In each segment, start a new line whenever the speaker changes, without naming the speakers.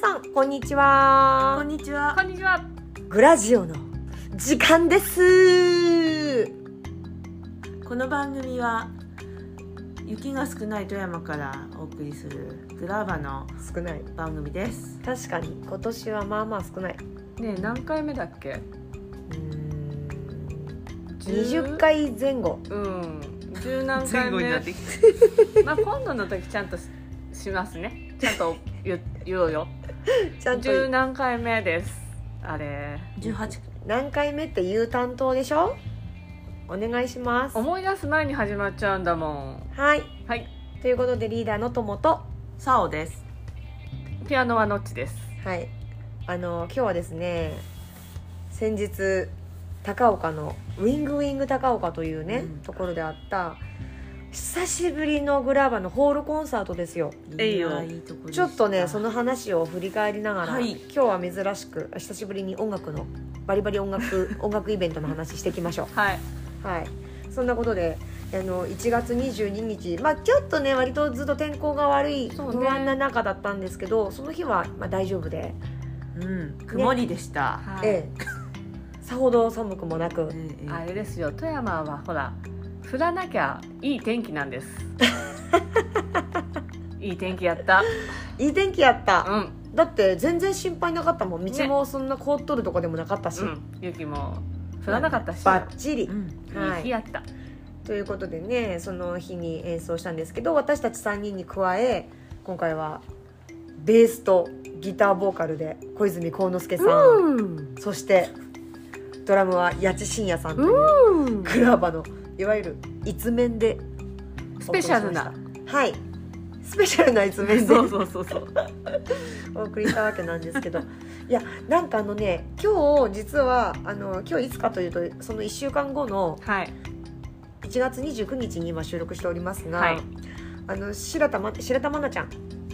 さんこんにち
こ
は
んにちは
こ。んにちは。
グラジオの時間です
この番組は雪が少ない富山からお送りするグラバの
少ない
番組です。
確かに今年はまあまあ少ないう
ねえ何回目だっけ？
ーん20回前後
うん。十何回目。
きて。
まあ今度の時ちゃんとししますね。ちゃんと言言おうよ。
ちゃんと
十何回目です。あれ
十八
何回目っていう担当でしょお願いします
思い出す前に始まっちゃうんだも
はい
ん。はい。
ということでリーダーの友と
サオです。
ピアノはノッチです。
はいあの今日はですね先日高岡のウィングウィング高岡というね、
うん
ところであった久しぶりのグラバのホールコンサートですよ
えいよ
いいとこでした
ちょっとねその話を振り返りながら、
はい
今日は珍しく久しぶりに音楽のバリバリ音 楽音楽イベントの話していきましょ
はい。
うはいそんなことであの1月22日まあちょっとね割とずっと天候が悪い
そうね
不安な中だったんですけどそ,、の日は、まあ、大丈夫で、
うん曇りでした。
はい、
ええさほど寒くもなく
ええ
あれですよ。富山はほら降らなきゃいい天気な んです。いい天気やった。
いい天気やった
うん。
だって全然心配なかったもん道
ね
もそんな凍っとるとこでもなかったし、
うん。雪も降らなかったし。
バッチリ
うん
はい
いい日やった。
ということでねその日に演奏したんですけど私たち3人に加え今回はベースとギターボーカルで小泉幸之助さん、
うん。
そしてドラムは八千真也さんという
うん
クラバのいわゆる一面で
スペシャル
お
な
送りしましたはいスペシャルな一面で
そうそうそうそう。
お送りしたわけなんですけ どいやなんかあのね今日実はあの今日いつかというとその1週間後の
はい。
1月29日に今収録しておりますが、
はい
あの白田ま白田愛菜ちゃん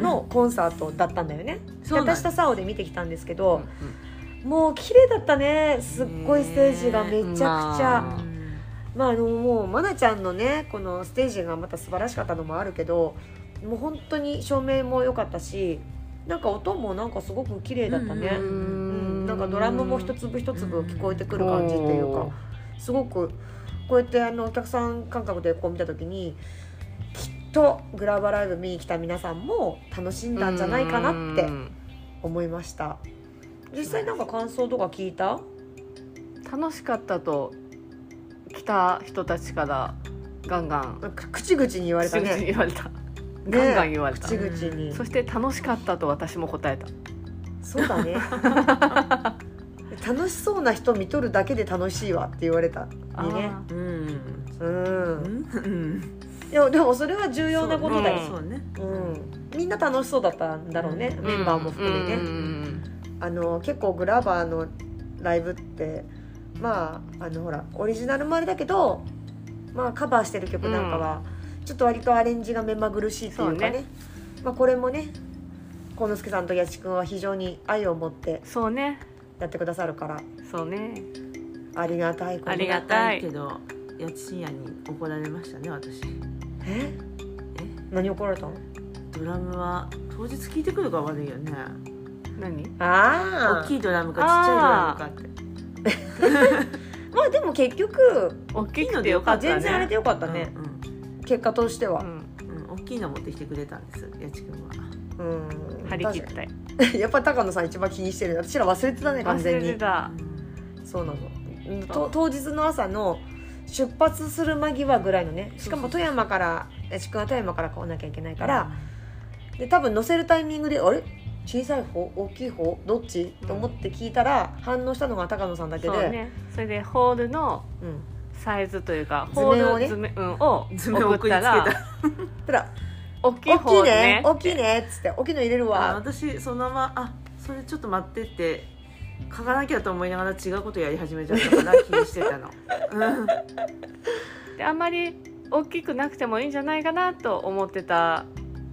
のコンサートだったんだよね、で
そうなんで
私
す
とサオで見てきたんですけど、もう綺麗だったねすっごいステージがめちゃくちゃ、
ね
まああのもう愛菜ちゃんのねこのステージがまた素晴らしかったのもあるけどもう本当に照明も良かったしなんか音もなんかすごく綺麗だったね、
うん
うんなんかドラムも一粒一粒聞こえてくる感じっていうかすごくこうやってあのお客さん感覚でこう見た時にきっとグラバライブ見に来た皆さんも楽しんだんじゃないかなって思いました実際なんか感想とか聞いた
楽しかったと来た人たちからガンガン
なんか口々に言われた
口々に
ね
言われた。
ね
ガンガン言われた
口。々に
そして楽しかったと私も答えた。
そうだ ね楽しそうな人見とるだけで楽しいわって言われた
あ
にね
う
ー
ん
うん
うん
でもでもそれは重要なことだよ、
うん
そうね。
うん、みんな楽しそうだったんだろうね、メンバーも含めね、
うんうん
あの結構グラバーのライブってまああのほらオリジナルもあれだけど、まあ、カバーしてる曲なんかは、ちょっと割とアレンジが目まぐるしいというかね
そうね
まあ、これもね幸之助さんと八千君は非常に愛を持って
そうね。
やってくださるから
そうね。
ありがたいこと
ありが
た
た
い
い
けど家賃夜に怒られましたね私。
え何怒られたの
ドラムは当日聞いてくるが悪いよね。
何？
ああ
大きいドラムかちっちゃいドラムかって。
まあでも結局
大きくてよかったね。
全然あれでよかったね、
うんうん
結果として
う
は、
ん
うん、大きいの持ってきてくれたんです、やちくんは。
うん、
張り切ったい。
た やっぱり高野さん一番気にしてる私ら忘れてたね完
忘れ
全
て
に
た。
そうなのうんと当日の朝の出発する間際ぐらいのねしかも富山からえ宿は富山から来なきゃいけないから、で多分乗せるタイミングであれ小さい方大きい方どっち、
うん
と思って聞いたら反応したのが高野さんだけ
そう
で、
ね。それでホールの
うん、
サイズというか
図
ホ
面を
ー
ね
ル図面うんを
図面を送
送
りつ
った
け
ら
た。
たら
大
「
きい
大きい
方
ね
ね
大きいね」っつって「大きいの入れる
あ
わ
私、そのまま、あ、それちょっと待ってって。書かなきゃと思いながら違うことやり始めちゃっ たから気にしてたの。うん
であんまり大きくなくてもいいんじゃないかなと思ってた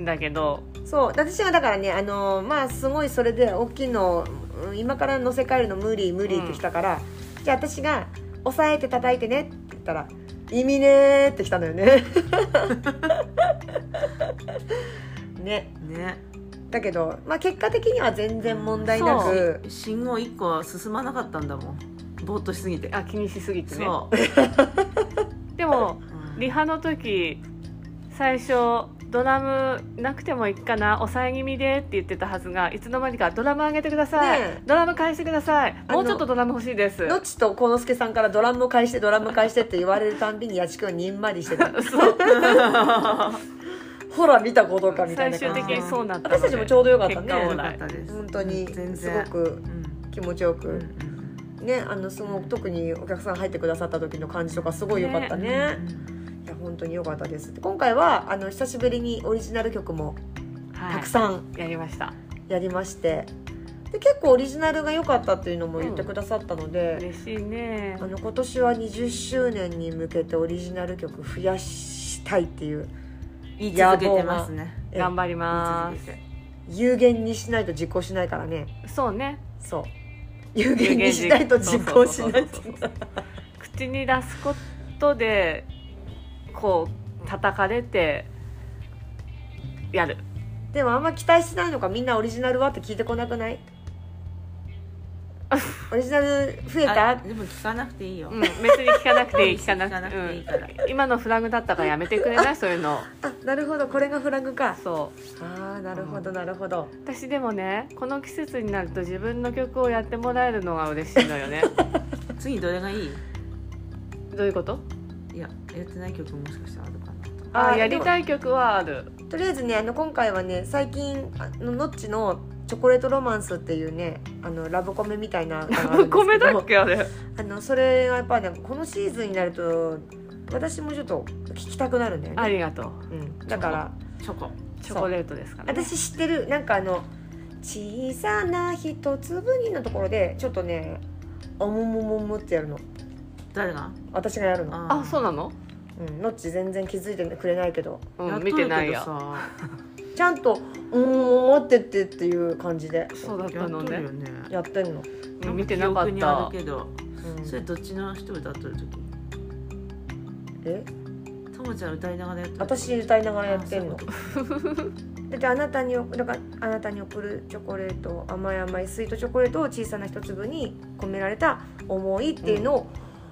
んだけど」
そう私はだからねあのーまあすごいそれで大きいのうん今から乗せ替えるの無理無理ってきたから、じゃあ私が「押さえて叩いてね」って言ったら「意味ねー」ってき たのよね。ね
ね。
だけど、まあ、結果的には全然問題なく
信号1個は進まなかったんだもんぼーっとしすぎて
あ気にしすぎてね
そう、
でも
うん
リハの時最初ドラムなくてもいいかな抑え気味でって言ってたはずがいつの間にかドラム上げてください、
ねえ
ドラム返してください
あの
もうちょっとドラム欲しいです
のっちと幸之助さんからドラムを返してドラム返してって言われるたんびに八千くんはにんまりしてた
そう
ほら見たことかみたい
最
な
終
感じ
的にそうなったので
私たちもちょうどよかった
結果オ
ね
ーラ
よかったです
本当に
全然
すごく
うん
気持ちよ
う
く、
ん
ねあのその特にお客さん入ってくださった時の感じとかすごいよかったねいや本当によかったです今回はあの久しぶりにオリジナル曲も
はい
たくさん
やりました
やりまして、で結構オリジナルが良かったっていうのも言ってくださったので、
嬉しいね
あの今年は20周年に向けてオリジナル曲増やしたいっていう
言い続けてますね
え
頑張りま
言い続けて
有限にしないと実行しないからね
すそうね
そう有限にしないと実行しないって
そうそうそうそう口に出すことでこう叩かれてやる
でもあんま期待してないのかみんなオリジナルはって聞いてこなくないオリジナル増えた
あでも聞かなくていいよ
うん、別に聞かなくて いい聞かな
聞かな
く
く
て
ていいから
うん、今のフラグだったからやめてくれ ないそういうの
あなるほどこれがフラグか
そう
ああなるほどなるほど
私でもねこの季節になると自分の曲をやってもらえるのが嬉しいのよね
次どれがいい
どういうこと
いややってない曲もしかしたらあるかなと
あ
ー
やりたい曲はある
とりあえずねあの今回はね最近あのノッチの「チョコレートロマンス」っていうねあのラブコメみたいな歌があるんですけど
米だっけあれ
あのそれはやっぱねこのシーズンになると私もちょっと聞きたくなるんだよ
あ
ね、
りがとう
うん、だから
チョコ
チョコレートですかね
私知ってるなんかあの「小さな一粒に」のところでちょっとね「おもももも」ってやるの
誰が
私がやるの、
あそう
な
なの、
うん、ノッチ全然気づいてくれないけど
うん、見てないや
ちゃんと「うーん」ってってっていう感じで
そうだった
や
の
っとる
ね
よね
やってんの、
うん見てなかっ
記憶にあ
た
るけど
うん
それどっちの人歌っとる時
え
ともちゃん歌いながらやってる
私歌いながらやってんの
あそ
だってあなたに だからあなたに送るチョコレート甘い甘いスイートチョコレートを小さな一粒に込められた思いっていうのを、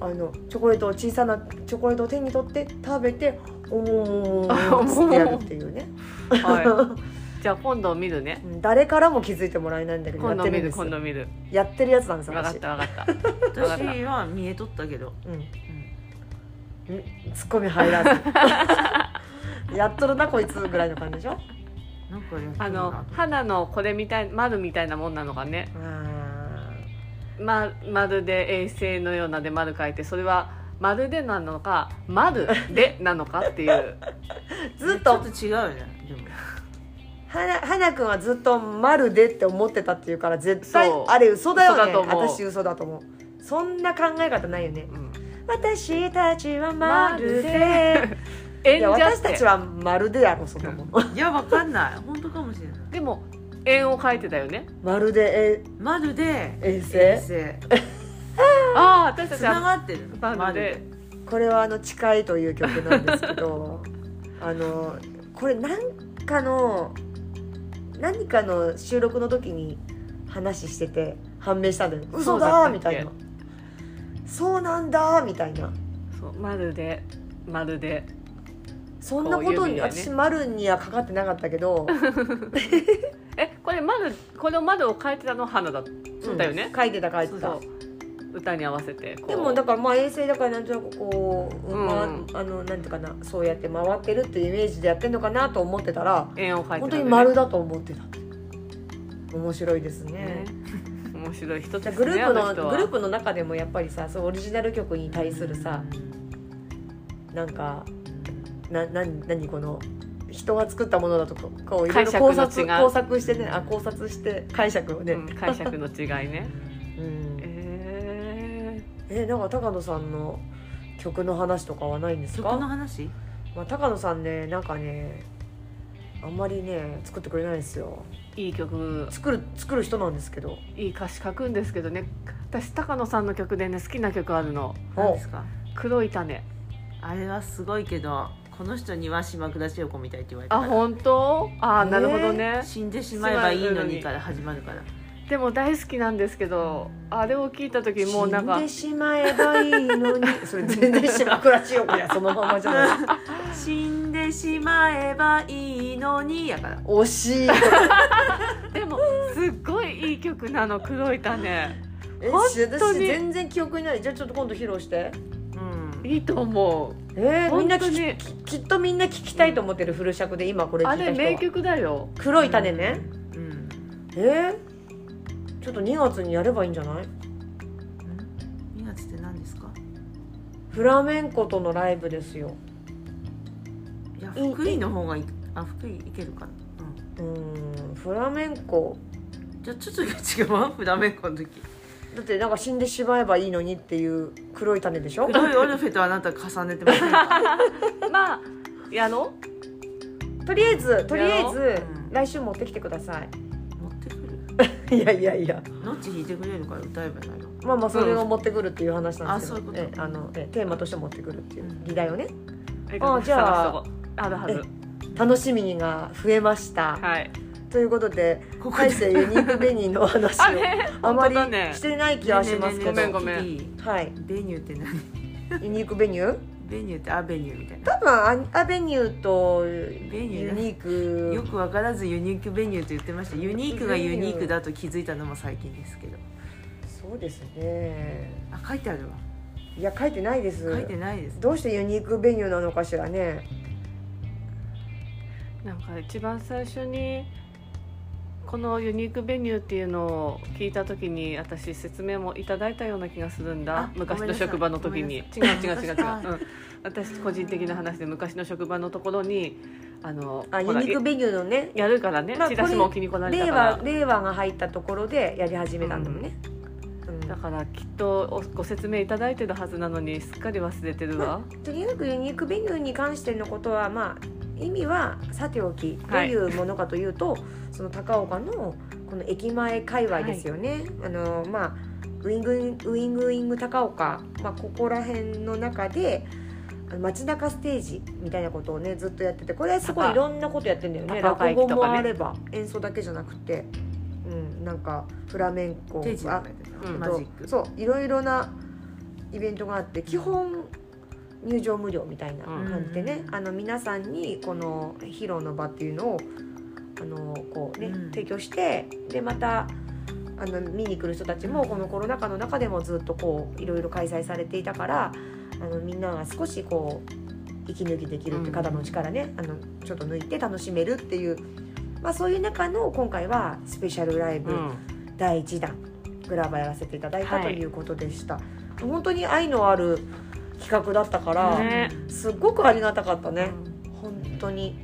あのチョコレートを小さなチョコレートを手に取って食べておー ってやるっていうね、
はい、 じゃあ今度見るね
うん誰からも気づいてもらえないんだけどや
今
って
度見
るん
る
です
今度見る
やってるやつなんです
分か
私
っ、た分かった
私は見えとったけど
うん、ツッコミ入らずやっとるなこいつぐらいの感じでしょ
なんかやって
あ
る
の
な
花のこれみたい丸みたいなもんなのがね
あ
ま、丸で衛星のようなで丸書いてそれはまるでなのかまるでなのかっていう
ーずっと
ちょっと違うよねでも
はなはなくんはずっと「まるで」って思ってたっていうから絶対
そう
あれ嘘だよね
嘘だと思う
私嘘だと思うそんな考え方ないよね
うん
私たちはま
ま
るで
るで
い
演
や
者っ
私た
て
ちはまるでだろそんなもん
いやわかんない本当かもしれない
でも円を書いてたよね
まるで
まるで
え衛
衛
星
星
ああ私た
つ
ち
な
は
がってる
まるで
これはあの「近い」という曲なんですけど あのこれ何かの何かの収録の時に話してて判明したんだよ嘘だーみたいなそうなんだーみたいな
そうまるでまるで
そんなことに、
こういう意味でね
私丸にはかかってなかったけど
えこれまるこのまるを書いてたの花だ そうだよね
うん書いてた書いて
そ
た
う歌に合わせてこう
でもだからまあ衛星だからなんとなくこう、
うん
まああのなんていうかなそうやって回ってるっていうイメージでやってんのかなと思ってたら
円を書いてた
本
ん
当
だ
に
よね
丸だと思ってた面白いですね
ね面白い人
じ
で
ゃあ
す
グ
ね
ループ
あ
の
人は
グループの中でもやっぱりさそうオリジナル曲に対するさなんかなな何この人が作ったものだとこうこういろいろ
解釈
考察
の違う
考察してねあ考察して解釈をね、
うん解釈の違いね
うん
え
えなんか高野さんの曲の話とかはないんです
曲
か、
の話
まあ、高野さんねなんかねあんまりね作ってくれないんですよ
ーいい曲
作る作る人なんですけど
いい歌詞書くんですけどね私高野さんの曲でね好きな曲あるの
お
何ですか
「黒い種
あれはすごいけどこの人には島倉千代子みたいって言われた
あ
か
本当あー
ね
なるほどね
ら死んでしまえばいいのにから始まるから
でも大好きなんですけどあれを聞いた時もうなんか
死んでしまえばいいの にそれ全然島倉千代子やそのままじゃない
死んでしまえばいいのにやから
惜しい
でもすっごいいい曲なの黒い種
え
本
し
当
私
に
全然記憶にないじゃあちょっと今度披露して
うん
いいと思う
えー、みんな
本当に
聞きききっとみんな聞きたいと思ってるフル尺で今これ聞
あ
いた
れ
人
名
は
曲だよ
黒い種ね
うん
えー、ちょっと2月にやればいいんじゃない
2月って何ですか
フラメンコとのライブですよ
いや
いい
福井の方がいいあ福井行けるかな、う
うーんフラメンコ
ん、じゃあちょっと違うわフラメンコの時
だってなんか死んでしまえばいいのにっていう黒い種でしょ
黒いオルフェとあなた重ねてますね
まあやろう
とりあえずとりあえず
うん
来週持ってきてくださ
持ってくる
いいやいやいや
ノッチ弾いてくれるから歌えばいいのよ
まあまあそれを持ってくるっていう話なんですけど、
うんあそういう
え
こと
あのえテーマとして持ってくるっていう議題をね
あ
じゃあ
あるはず
楽しみが増えました、
はい
ということで
ここ
大
で
してユニークベニーのお話
あ
を
れ
あま
本当
り
だね
してない気はしますけど、
ねえねえねえごめんごめん
キティ
はい
ベニューって何
ユニークベニュー
ベニューってアベニューみたい
多
な
分アアベニューと
ベニ
ユ
ューね
ニーク
よく分からずユニークベニューと言ってましたユニークがユニークだと気づいたのも最近ですけど
そうですね
あ書いてあるわ
いや書いてないです
書いてないです
どうしてユニークベニューなのかしらね
なんか一番最初にこのユニークベニューっていうのを聞いた時に私説明もいただいたような気がするんだ
あ
昔
ごめん
の
なさい
職場の時に違
ご
う
めんなさい
違う違う違う、
あ
うん、私個人的な話で昔の職場のところにあの
あ
ほ
ユ
ら
ニークベニューのね
やるからね、
まあ
チラシも気に来られた
令
か
和
ら
令和が入ったところでやり始めたんだもんね、うん
だからきっとおご説明いただいてるはずなのにすっかり忘れてるわ、
とにかくユニークベニューに関してのことはまあ意味はさておきどう
はい
いうものかというと、その高岡のこの駅前界隈ですよね、あのまあウイングウイングウイング高岡、まあ、ここら辺の中であの街中ステージみたいなことをねずっとやっててこれすごい
高
いろんなことやってんだよね
高岡
落
駅と
語
かね
もあれば、演奏だけじゃなくて、うん、なんかフラメンコ
定時の
あ
書いて
う
る
ん
マジック
そういろいろなイベントがあって基本入場無料みたいな感じでね、
うん
あの皆さんにこの披露の場っていうのをあのこう、ね
うん
提供してでまたあの見に来る人たちもこのコロナ禍の中でもずっとこういろいろ開催されていたからあのみんなが少しこう息抜きできるっていう肩の力ね、あのちょっと抜いて楽しめるっていう、まあ、そういう中の今回はスペシャルライブ。第1弾グラバやらせていただいた
はい
ということでした、本当に愛のある企画だったから、
ね
すっごくありがたかったね
うん
本当に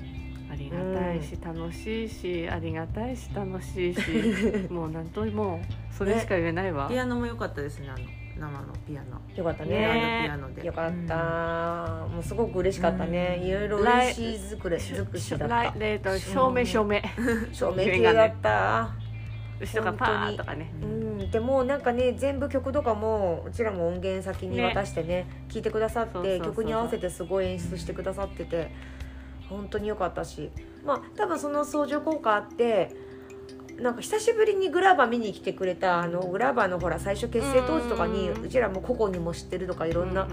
ありがたいし楽しいしありがたいし楽しいしもうなんともうそれしか言えないわ、
ピアノも良かったですねあの生のピアノ
よかったね
ね
ピアノで
よかった、もうすごく嬉しかったね、
うん
いろいろ嬉しいづくれづくしだった
来えっと照明照明
照明系だった、
後ろがパーッとかね
う
うん
ん、でもうなんかね全部曲とかもうちらも音源先に渡してね聴いてくださって
そうそうそうそう
曲に合わせてすごい演出してくださってて本当に良かったしまあ多分その相乗効果あってなんか久しぶりにグラバー見に来てくれたあのグラバーのほら最初結成当時とか
うん
に
うんうん
うちらも個々にも知ってるとかいろんな、
う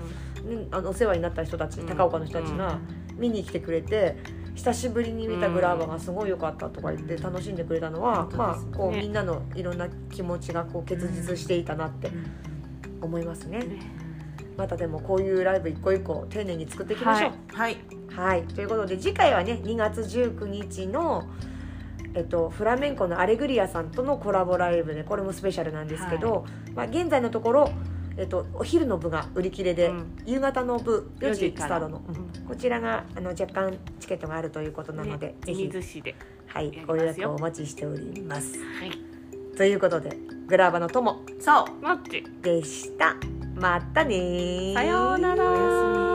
ね
う
あのお世話になった人たち
うん
高岡の人たちが見に来てくれて。久しぶりに見たグラバーがすごい良かったとか言って楽しんでくれたのは、
うん
ま
本当です
あ
ね
こうみんなのいろんな気持ちがこう結実していたなって思いますね、
ね
またでもこういうライブ一個一個丁寧に作っていきましょう
はい
はい、ということで次回はね2月19日のえっと、フラメンコのアレグリアさんとのコラボライブでこれもスペシャルなんですけど、まあ、現在のところ、えっと、お昼の部が売り切れで、
うん
夕方の部4時
4時
ス
から
タートの、
うん
こちらがあの若干チケットがあるということなので、ぜ
ね
ひ
射、水市で
はい
や、り
ご予
ますよ
約をお待ちしております。
はい
ということでグラバの友
そう
マッチ
でした。またねー
さようなら
おやすみ